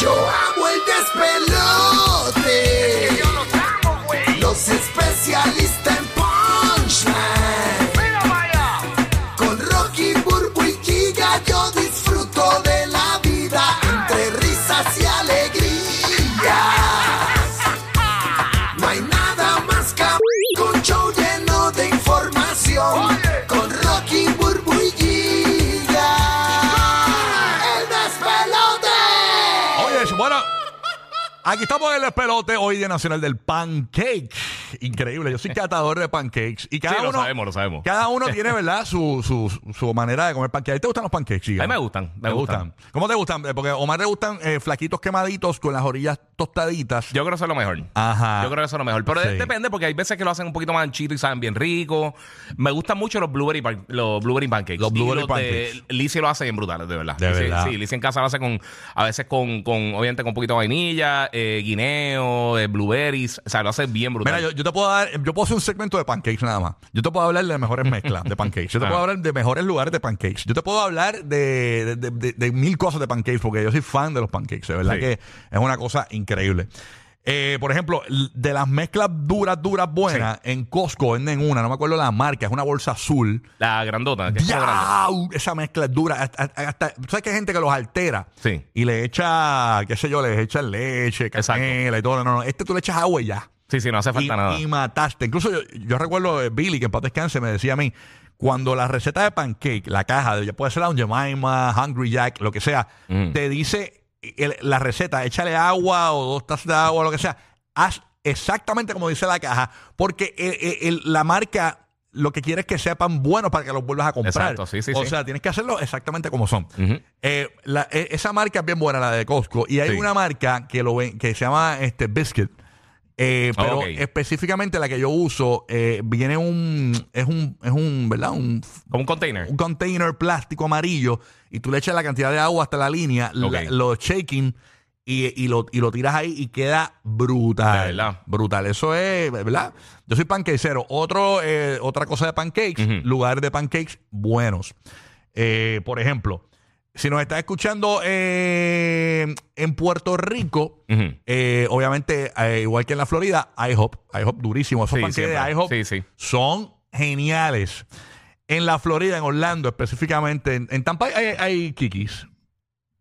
Yo hago el despelote. Los especialistas en punchline. Con Rocky Burbu y Giga yo disfruto de la vida entre risas y alegrías. No hay nada más que un show lleno de información. Con Rocky Burbu y Giga. El despelote. Oye, bueno, aquí estamos en el pelote hoy Día Nacional del Pancake. Increíble, yo soy catador de pancakes. Y cada Sí, lo uno, sabemos, lo sabemos. Cada uno tiene, ¿verdad? Su, su, su manera de comer pancakes. ¿A ti ¿Te gustan los pancakes, chica? A mí me gustan, me ¿Te gustan? gustan. ¿Cómo te gustan? Eh, Porque a Omar le gustan eh, flaquitos quemaditos con las orillas tostaditas. Yo creo que eso es lo mejor. Ajá. Yo creo que eso es lo mejor. Pero de- Sí. depende porque hay veces que lo hacen un poquito más anchito y saben bien rico. Me gustan mucho los blueberry, pan- los blueberry pancakes. Los Y blueberry de- pancakes. Lizzie lo hace bien brutales, de verdad. De Lizzie- verdad. Sí, Lizzie en casa lo hace con, a veces con, con obviamente con un poquito de vainilla, eh, guineo, eh, blueberries. O sea, lo hace bien brutal. Mira, yo, yo te puedo dar, yo puedo hacer un segmento de pancakes nada más. Yo te puedo hablar de mejores mezclas de pancakes. Yo te Ah. puedo hablar de mejores lugares de pancakes. Yo te puedo hablar de, de- de- de- de mil cosas de pancakes, porque yo soy fan de los pancakes. De verdad Sí. que es una cosa increíble. Eh, por ejemplo, l- de las mezclas duras, duras, buenas, en Costco venden una, no me acuerdo la marca, es una bolsa azul. La grandota. Que es como grande. ¡Diau! Esa mezcla es dura. Hasta- hasta- hasta- ¿Tú sabes que hay gente que los altera? Sí. Y le echa, qué sé yo, le echa leche, Exacto. canela y todo. No, no, este tú le echas agua y ya Sí, sí, no hace y, falta nada. y mataste. Incluso yo, yo recuerdo eh, Billy, que en paz descanse, me decía a mí, cuando la receta de pancake, la caja, de- ya puede ser la Aunt Jemima, Hungry Jack, lo que sea, Mm. te dice el- la receta, échale agua o dos tazas de agua, lo que sea, haz exactamente como dice la caja, porque el- el- el- la marca lo que quiere es que sepan buenos para que los vuelvas a comprar. Exacto, sí, sí, o sí. sea, tienes que hacerlo exactamente como son. Ujú. Eh, la- e- esa marca es bien buena, la de Costco. Y hay Sí. una marca que lo ven, que se llama este Biscuit. Eh, Ah, pero ok. específicamente la que yo uso, eh, viene un, es un, es un, ¿verdad? Un, Como un container. un container plástico amarillo y tú le echas la cantidad de agua hasta la línea, la- Ok. lo shaking y, y lo, y lo tiras ahí y queda brutal. De verdad. Brutal. Eso es, ¿verdad? Yo soy panquecero. Otro, eh, otra cosa de pancakes, Ujú. lugar de pancakes buenos. Eh, por ejemplo, si nos está escuchando eh, en Puerto Rico, Ujú. eh, obviamente, eh, igual que en la Florida, IHOP, IHOP durísimo. Esos Sí, pancakes de siempre. IHOP Sí, sí. son geniales. En la Florida, en Orlando específicamente, en, en Tampa hay, hay Kikis.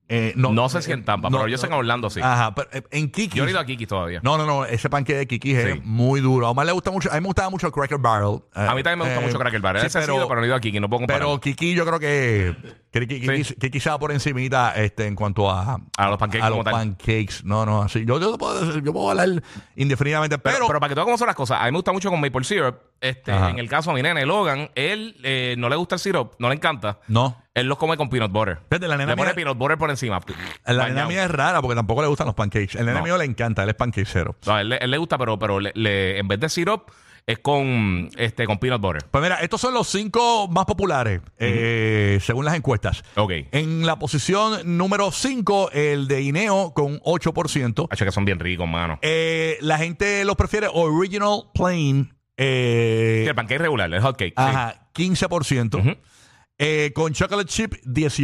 Eh, No, sé si en Tampa, no, pero yo sé no. que en Orlando sí. Ajá, pero eh, en Kikis. Yo no he ido a Kiki todavía. No, no, no, ese panque de Kikis Sí. es muy duro. A Omar le gusta mucho, a mí me gustaba mucho el Cracker Barrel. Eh, A mí también me gusta mucho Cracker Barrel. Ese ha pero, sido, pero no he ido a Kiki, no puedo comparar. pero Kiki yo creo que, que Kiki, Sí. Kiki se va por encimita este, en cuanto a, A los pancakes a como los tal. pancakes. No, no, así. Yo, yo, puedo, decir- yo puedo hablar indefinidamente, Pero, pero, pero para que tú veas cómo son las cosas, a mí me gusta mucho con maple syrup. Este, Ajá. en el caso de mi nene, Logan, él eh, no le gusta el syrup, no le encanta. no. Él los come con peanut butter. Fíjate, la nena le pone mía- peanut butter por encima. La nena Bañado. mía es rara porque tampoco le gustan los pancakes. El nene No. mío le encanta, él es pancakesero. No, a él, le- él le gusta, pero, pero le- le- en vez de syrup, es con, este, con peanut butter. Pues mira, estos son los cinco más populares eh, según las encuestas. Ok. En la posición número 5, el de Ineo con 8%. Hacho que son bien ricos, mano. Eh, la gente los prefiere Original Plain. eh, Sí, el pancake regular, el hot cake. sí. ajá, 15%. Ujú. Eh, con Chocolate Chip,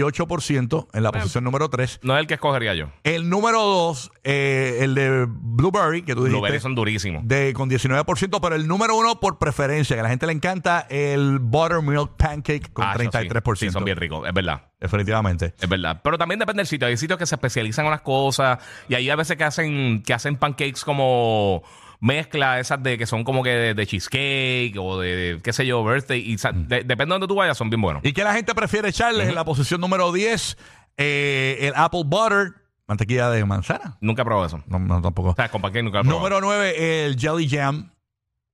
18% en la posición número 3. No es el que escogería yo. El número 2, el de Blueberry, que tú dijiste. Los berries son durísimos. de, con 19%, pero el número uno por preferencia, que a la gente le encanta, el buttermilk pancake con Ah, eso sí. 33%. Sí, son bien ricos, es verdad. Definitivamente. Es verdad. Pero también depende del sitio. Hay sitios que se especializan en unas cosas. Y hay a veces que hacen, que hacen pancakes como mezcla esas de que son como que de, de cheesecake o de, de, qué sé yo, birthday. Y sa- Mm. de- depende de donde tú vayas, son bien buenos. ¿Y que la gente prefiere echarle? En la posición número 10, eh, el apple butter, mantequilla de manzana. Nunca he probado eso. O No, no, tampoco. sea, con pancake nunca lo he Número probado. 9, el jelly jam.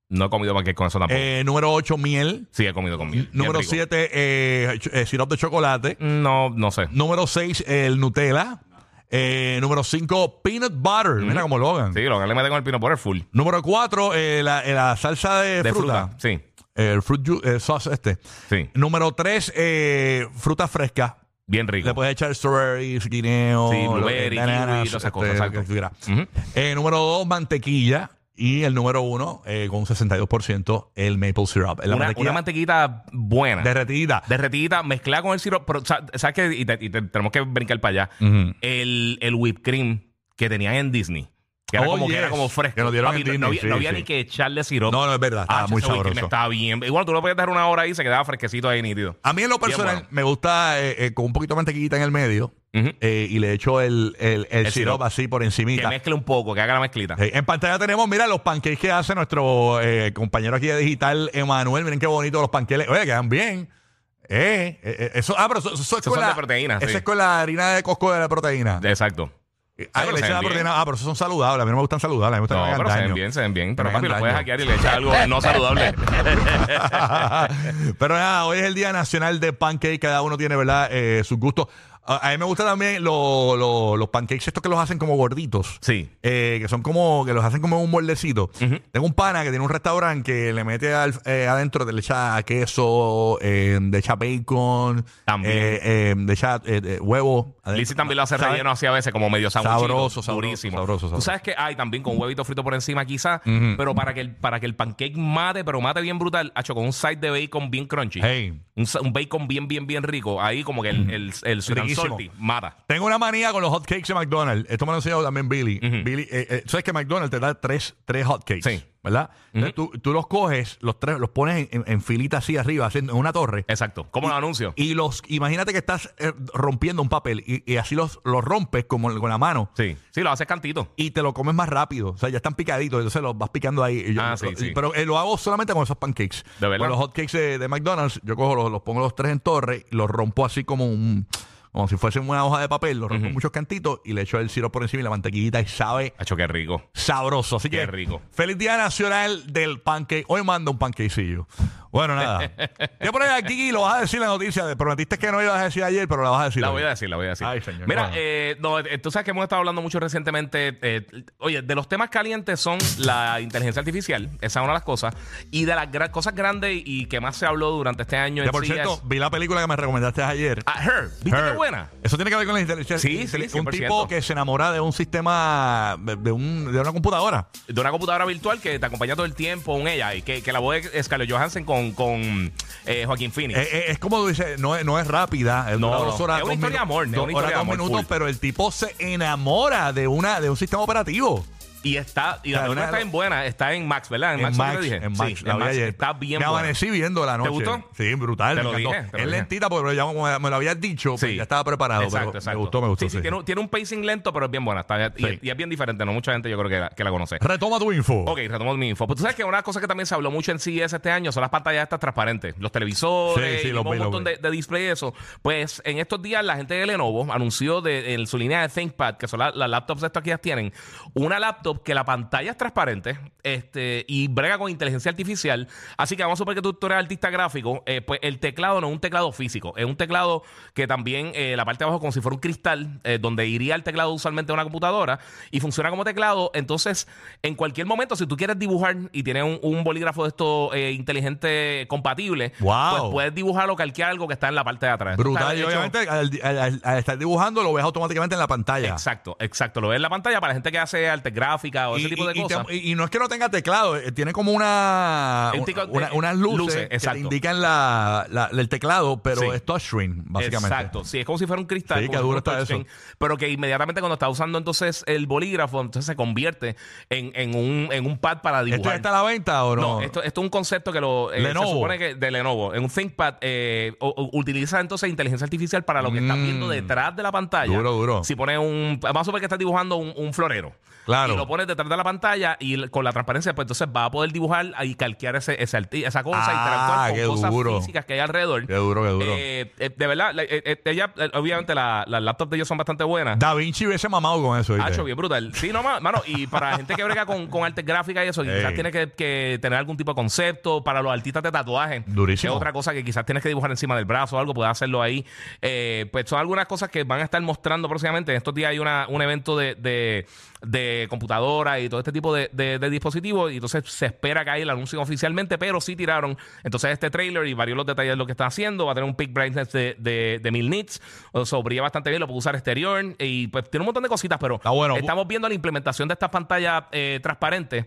No he comido pancake con eso tampoco. Eh, número 8, miel. sí, he comido con miel. Bien Número rico. 7, eh, ch- eh, sirope de chocolate. No, no sé. Número 6, el Nutella. Eh, número 5, peanut butter. Mira cómo Logan. Sí, lo que le meten con el pino por el full. Número 4, la, eh, la salsa de, De fruta. fruta. Sí. Eh, El fruit ju- eh, sauce este. Sí. Número 3, fruta fresca. Bien rico. Le puedes echar strawberries, guineo, Sí, lo que- blueberry, kiwi, todas esas cosas, lo exacto. que tuviera. Ujú. Eh, número 2, mantequilla. Y el número 1, con un 62%, el maple syrup. La una, mantequilla una mantequita buena. derretida. derretida, mezclada con el sirope. Pero, sa- ¿sabes qué? Y, te- y te- tenemos que brincar para allá. Ujú. El, el whipped cream que tenían en Disney. Que era, Oh, como, que era yes. como fresco. Que nos dieron Papi, en no- Disney, no, había- sí, no había sí. ni que echarle sirope. No, no, es verdad. Estaba Ah, muy ese whipped cream sabroso. Estaba bien. Igual tú lo puedes dejar una hora ahí, se quedaba fresquecito ahí nítido. A mí en lo personal bueno. me gusta eh, eh, con un poquito de mantequillita en el medio Ujú. eh, y le echo el, el, el sirope El sirope. así por Que encimita. mezcle un poco, que haga la mezclita. Sí, En pantalla tenemos, mira, los pancakes que hace nuestro eh, compañero aquí de digital, Emanuel. Miren qué bonito los pancakes. Oye, quedan bien. Eh, eh, eh, eso, ah, pero eso, eso es Esos con son la, de proteína, Ese sí. es con la harina de cosco de la proteína. Exacto. Ah, pero le se echan la ven bien. proteína. Ah, pero esos son saludables. A mí no me gustan saludables. A mí me No, gustan pero que se hagan ven daño. bien, se ven bien. Pero me papi, hagan lo puedes daño. hackear y le echas algo no saludable. Pero nada, hoy es el Día Nacional de Pancake. Cada uno tiene, ¿verdad?, eh, sus gustos. A, a mí me gustan también lo- lo- los pancakes estos que los hacen como gorditos. Sí. Eh, que son como, que los hacen como en un moldecito. Tengo un pana que tiene un restaurante que le mete al- eh, adentro, le echa queso, eh, le echa bacon, También. eh, eh, le echa eh, eh, huevo. adentro. Lizzie también lo hace ¿Sabes? relleno así a veces, como medio sabuchito, Sabroso, sabroso, durísimo. sabroso, Tú sabroso. sabes que hay también con huevito frito por encima quizás, pero para que, el, para que el pancake mate, pero mate bien brutal, hacho, con un side de bacon bien crunchy. Hey. Un, sa- un bacon bien, bien, bien rico. Ahí como que el, el, el sweet and Riquísimo. salty mata. Tengo una manía con los hot cakes de McDonald's. Esto me lo ha enseñado también Billy. Ujú. Billy, eh, eh, tú sabes que McDonald's te da tres, tres hot cakes, Sí. ¿verdad? Entonces tú, tú los coges, los tres, los pones en, en- en filita así arriba, así en una torre. Exacto. Como lo anuncio. Y los, imagínate que estás eh, rompiendo un papel y, y así los, los rompes como con la mano sí. Sí, lo haces cantito. y te lo comes más rápido. O sea, ya están picaditos, entonces los vas picando ahí. Y yo- Ah, sí, lo- sí. Pero eh, lo hago solamente con esos pancakes. ¿De verdad? Con los hotcakes de, de McDonald's, yo cojo los, los pongo los tres en torre, los rompo así como un como si fuese una hoja de papel, los rompo en muchos cantitos y le echo el sirope por encima y la mantequillita y sabe Hacho, qué rico. sabroso. Así Qué que rico. feliz día nacional del pancake. Hoy mando un panquecillo. Bueno, nada. Yo por ahí aquí lo vas a decir la noticia. de- Prometiste que no ibas a decir ayer, pero la vas a decir. La hoy. voy a decir, la voy a decir. Ay, señor. Mira, Bueno. eh, no, eh, tú sabes que hemos estado hablando mucho recientemente. eh, oye, de los temas calientes son la inteligencia artificial, esa es una de las cosas. Y de las gra- cosas grandes y que más se habló durante este año. Que en por sí cierto, es- vi la película que me recomendaste ayer. Ah, Her, ¿viste Her. qué buena? Eso tiene que ver con la inteligencia. Sí, sí, Un 100%. tipo que se enamora de un sistema, de, de un- de una computadora. De una computadora virtual que te acompaña todo el tiempo, un ella, y que, que la voz de Scarlett Johansson con, con eh, Joaquín Phoenix. Eh, eh, es como dice, no, es- no es rápida. No, dura no. dos horas, Es una dos historia de minu- amor, es dos una horas, historia de dos amor, minutos, full. pero el tipo se enamora de una de un sistema operativo. y está, y o sea, la eh, una no de está las- en buena, está en Max, ¿verdad? En ¿no te Max, dije? en Sí, Max, la vi ayer. está bien Me buena. amanecí viendo la noche. gustó? Sí, brutal. me Te lo encantó. dije, te lo es dije. lentita, porque ya como me, me lo habías dicho, pues Sí. ya estaba preparado. pero Me gustó, me gustó. Sí, sí, sí. Tiene, un, tiene un pacing lento, pero es bien buena. Está, y, Sí. y es bien diferente, ¿no? Mucha gente yo creo que la, que la conoce. Retoma tu info. Ok, retomo mi info. Pues tú sabes que una cosa que también se habló mucho en CES este año son las pantallas estas transparentes. Los Sí, televisores, sí, y los como vi, un los montón vi. de, de display y eso. Pues en estos días la gente de Lenovo anunció de, en su línea de ThinkPad, que son la- las laptops estas que ellas tienen, una laptop que la pantalla es transparente este, y brega con inteligencia artificial. Así que vamos a suponer que tú, tú eres artista gráfico, eh, pues el teclado no es un teclado físico, es un teclado que también eh, la parte de abajo como si fuera un cristal, eh, donde iría el teclado usualmente a una computadora y funciona como teclado. Entonces, en cualquier momento, si tú quieres dibujar y tienes un, un bolígrafo de esto eh, inteligente compatible, Wow. pues puedes dibujar o calquear algo que está en la parte de atrás. Esto está Brutal. Y hecho- obviamente, al, al- al- al estar dibujando, lo ves automáticamente en la pantalla. Exacto, exacto. Lo ves en la pantalla para la gente que hace arte gráfica o ese tipo de te- cosas. y- y no es que no tenga teclado, eh, tiene como una, El tico- una- eh, unas luces, luces, que te exacto. indican la, la- el teclado, pero Sí. es touchscreen, básicamente. Exacto, sí, es como si fuera un cristal. Sí, como que si duro fuera un está eso. touchscreen, Pero que inmediatamente cuando está usando entonces el bolígrafo, entonces se convierte en, en un, en un pad para dibujar. ¿Esto ya está a la venta o no? No, esto, esto es un concepto que lo eh, Lenovo. se supone que de Lenovo, en un ThinkPad eh, o- o- utiliza entonces inteligencia artificial para lo que estás Mm. viendo detrás de la pantalla. Duro, duro. Si pones un, vamos a suponer que estás dibujando un, un florero. Claro. Y lo pones detrás de la pantalla y l- con la transparencia, pues entonces vas a poder dibujar y calquear ese, ese arti- esa cosa, Ah, interactuar qué con cosas duro. físicas que hay alrededor. Qué duro, qué duro. Eh, eh, de verdad, la- eh, eh, ella, eh, obviamente la- las laptops de ellos son bastante buenas. Da Vinci hubiese mamado con eso. ¿viste? Hacho, bien brutal. Sí, no, ma- mano, y para gente que brega con, con artes gráficas y eso, que Ey. quizás tienes que, que tener algún tipo de concepto. Para los artistas de tatuaje, Durísimo. Es otra cosa que quizás tienes que dibujar encima del brazo o algo, puedes hacerlo ahí. Eh, pues son algunas cosas que van a estar mostrando próximamente. En estos días hay una, un evento de, de, de computadora y todo este tipo de, de- de dispositivos, y entonces se espera que ahí lo anuncien oficialmente, pero sí tiraron entonces este trailer y varios los detalles de lo que está haciendo. Va a tener un peak brightness de, de, de 1000 nits, o sea, brilla bastante bien, lo puedo usar exterior, y pues tiene un montón de cositas, pero Está bueno. Estamos viendo la implementación de estas pantallas eh, transparentes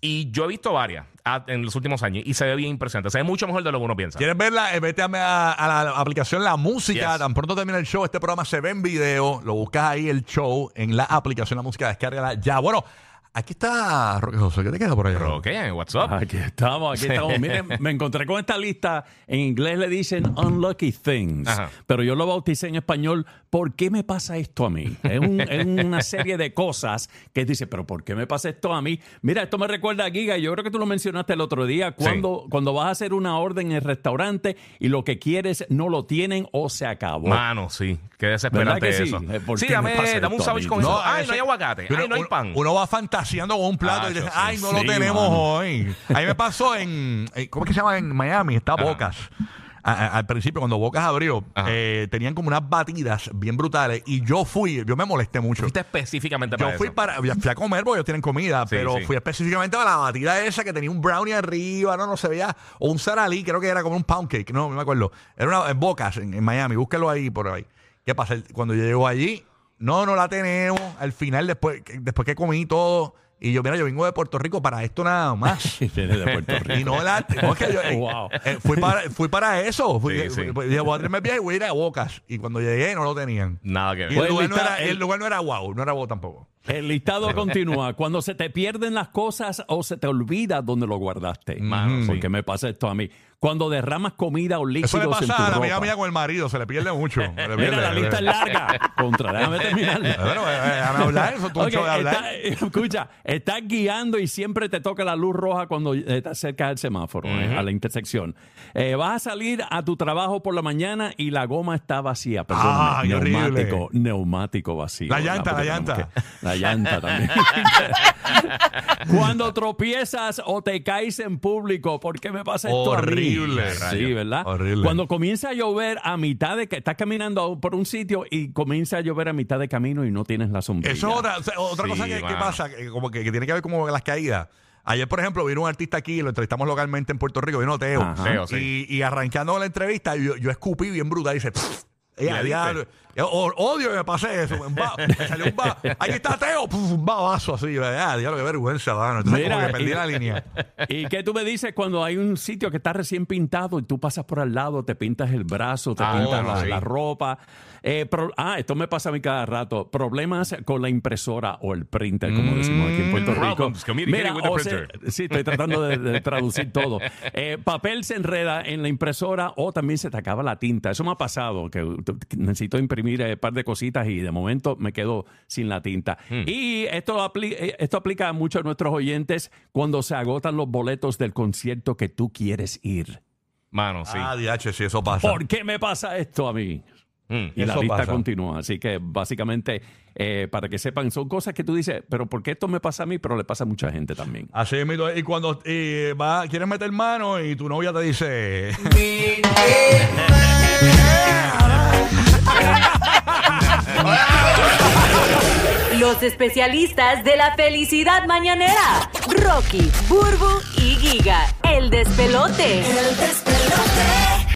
y yo he visto varias ah, en los últimos años y se ve bien impresionante. Se ve mucho mejor de lo que uno piensa. ¿Quieres verla? Eh, Vete a, a- a la aplicación La Música. Yes. Tan pronto termina el show, este programa se ve en video. Lo buscas ahí, el show, en la aplicación La Música. Descárgala ya. Bueno, aquí está Roque José. ¿Qué te queda por ahí? Pero, Roque? ok, eh, what's up? Aquí estamos, aquí estamos. Miren, me encontré con esta lista. En inglés le dicen unlucky things, Ajá. pero yo lo bauticé en español. ¿Por qué me pasa esto a mí? Es, un- es una serie de cosas que dice, pero ¿por qué me pasa esto a mí? Mira, esto me recuerda a Giga. Yo creo que tú lo mencionaste el otro día. Cuando, cuando vas a hacer una orden en el restaurante y lo que quieres no lo tienen o se acabó. Mano, sí. Qué ¿Verdad desesperante que sí? eso. Eh, ¿por Sí, qué me dame, pasa dame un esto a sándwich mí? con No, eso. Ay, no hay ese- aguacate. Uno- Ay, no hay uno- pan. Uno va fantaseando con un plato y Acho, dice, sí. ay, no lo Sí, tenemos mano. hoy. A mí me pasó en, eh, ¿cómo es que se llama? En Miami, está Bocas. A- a- al principio, cuando Bocas abrió, Ajá. eh, tenían como unas batidas bien brutales y yo fui, yo me molesté mucho. Fuiste específicamente Yo para fui eso. para, fui a comer porque ellos tienen comida, Sí, pero sí. fui específicamente a la batida esa que tenía un brownie arriba, no, no se veía, o un saralí, creo que era como un pound cake, no, no me acuerdo. Era una en Bocas, en, en Miami, búsquelo ahí por ahí. ¿Qué pasa? El- Cuando yo llego allí, no, no la tenemos. Al final, después, que- después que comí todo, y yo, mira, yo vengo de Puerto Rico para esto nada más. Viene de Puerto Rico. Y no la no, es que yo, eh, Wow. eh, fui, para, fui para eso. Fui, Sí, eh, sí. fui- dije, voy a traerme el viaje y voy a ir a Bocas. Y cuando llegué, no lo tenían. Nada que Y ver. el, Pues, lugar no lista- era, el lugar no era wow, no era wow tampoco. El listado continúa. Cuando se te pierden las cosas o se te olvida dónde lo guardaste. Mano, sí. porque me pasa esto a mí. Cuando derramas comida o Eso líquidos le en pasa tu a la ropa. amiga mía con el marido, se le pierde mucho. Se le pierde, Mira, la se le lista es pierde. larga. Contra, déjame terminar. Bueno, eh, eh, déjame hablar, eso es un Ok, show de hablar. está- escucha, estás guiando y siempre te toca la luz roja cuando estás cerca del semáforo, eh, a la intersección. Eh, vas a salir a tu trabajo por la mañana y la goma está vacía. Ah, Perdóname, qué horrible. neumático, neumático vacío. La llanta, Porque la tenemos llanta. que- La llanta también. Cuando tropiezas o te caes en público, ¿por qué me pasa esto? a mí? Horrible, Sí, rayo. ¿verdad? Horrible. Cuando comienza a llover a mitad de que estás caminando por un sitio y comienza a llover a mitad de camino y no tienes la sombrilla. Eso es otra, o sea, otra Sí, cosa que, que mano. pasa, que como que, que tiene que ver como con las caídas. Ayer, por ejemplo, vino un artista aquí, lo entrevistamos localmente en Puerto Rico, vino Teo. Ajá. Teo, sí. Y, y arrancando la entrevista, yo, yo escupí bien brutal y dice, "Pff". ¿Le Ella, diste? diablo. Yo, o- odio que me pase eso. un ba- me salió un ba- Aquí está Teo, puf, un babazo así. Yo, ah, diablo, qué vergüenza, mano. Entonces, Mira, como que perdí y- la línea. ¿Y qué tú me dices cuando hay un sitio que está recién pintado y tú pasas por al lado, te pintas el brazo, te Ah, pintas bueno, la, sí. la ropa? Eh, pro- ah, esto me pasa a mí cada rato. Problemas con la impresora o el printer, Mm. como decimos aquí en Puerto Rico. Problems communicating with the o se- printer. sí, estoy tratando de, de traducir todo. Eh, papel se enreda en la impresora o también se te acaba la tinta. Eso me ha pasado, que uh, t- necesito imprimir eh, un par de cositas y de momento me quedo sin la tinta. Hmm. Y esto, apli- eh, esto aplica mucho a nuestros oyentes cuando se agotan los boletos del concierto que tú quieres ir. Mano, sí. Ah, DH, sí, eso pasa. ¿Por qué me pasa esto a mí? Mm. Y la Eso lista pasa. continúa. Así que básicamente, eh, para que sepan, son cosas que tú dices, pero ¿por qué esto me pasa a mí? Pero le pasa a mucha gente también. Así es, Mito. Y cuando eh, va, quieres meter mano y tu novia te dice. Los especialistas de la felicidad mañanera. Rocky, Burbu y Giga. El despelote. El despelote.